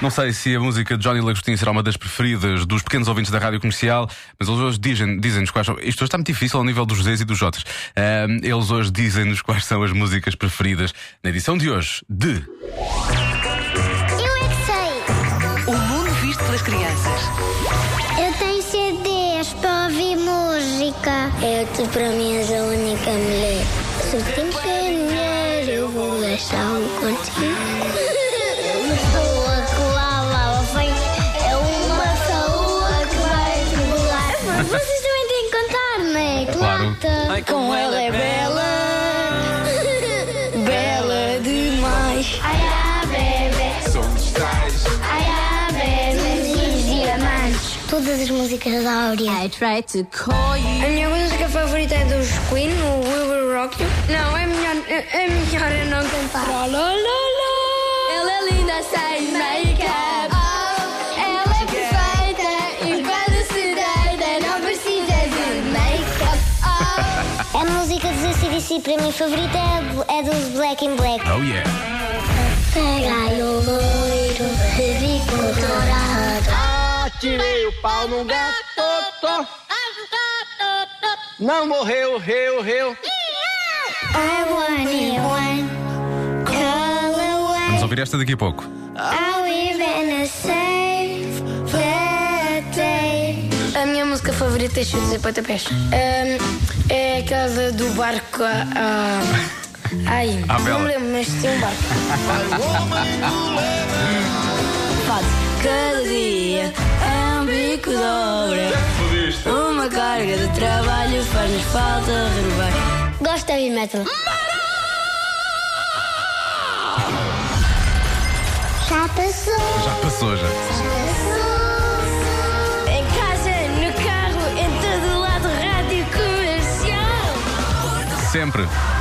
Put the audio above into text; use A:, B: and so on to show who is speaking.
A: Não sei se a música de Johnny Lagostinho será uma das preferidas dos pequenos ouvintes da rádio comercial, mas eles hoje dizem- dizem-nos quais são. Isto hoje está muito difícil ao nível dos Zs e dos Js. Ahm, eles hoje dizem-nos quais são as músicas preferidas na edição de hoje de.
B: Eu é que sei.
C: O mundo visto pelas crianças.
B: Eu tenho CDs para ouvir música. Eu, tu, para mim, és a única mulher. Se eu tenho dinheiro, eu vou gastar um contigo. Eu sou a que lá, lá, vem. É uma saúde que vai regular. Vocês também têm que cantar, né?
A: Claro.
B: Ai, com ela é bela. Bela demais. Ai, ah, bebê. Ai, ah, diamantes. Todas as músicas da Áurea. I try to call you.
D: A minha música favorita é dos Queen, o We Will Rock You. Não, é melhor, é, é melhor eu não cantar. Lá, lá, lá, lá.
B: Ela é linda sem make-up. Ela é perfeita e quando se deita não precisa de make-up. A música dos ACDC para mim favorita é, é dos Black in Black.
A: Oh yeah!
B: Pegai o loiro, bico dourado.
E: Atirei o pau num gato. Não morreu, reu, reu.
B: I want it one colorway.
A: Vamos ouvir esta daqui a pouco.
B: I'll live in a safe that day.
D: A minha música favorita é Chutes e Pontapés. Ahm, é aquela do barco. a- a- ai,
A: À vela.
D: não me lembro, mas tem um barco. Faz cada dia é um bico de obra. Uma carga de trabalho faz-nos falta renovar.
B: Gosto de heavy metal. Já passou.
A: Já passou já.
D: Em casa, no carro, em todo lado, rádio comercial.
A: Sempre.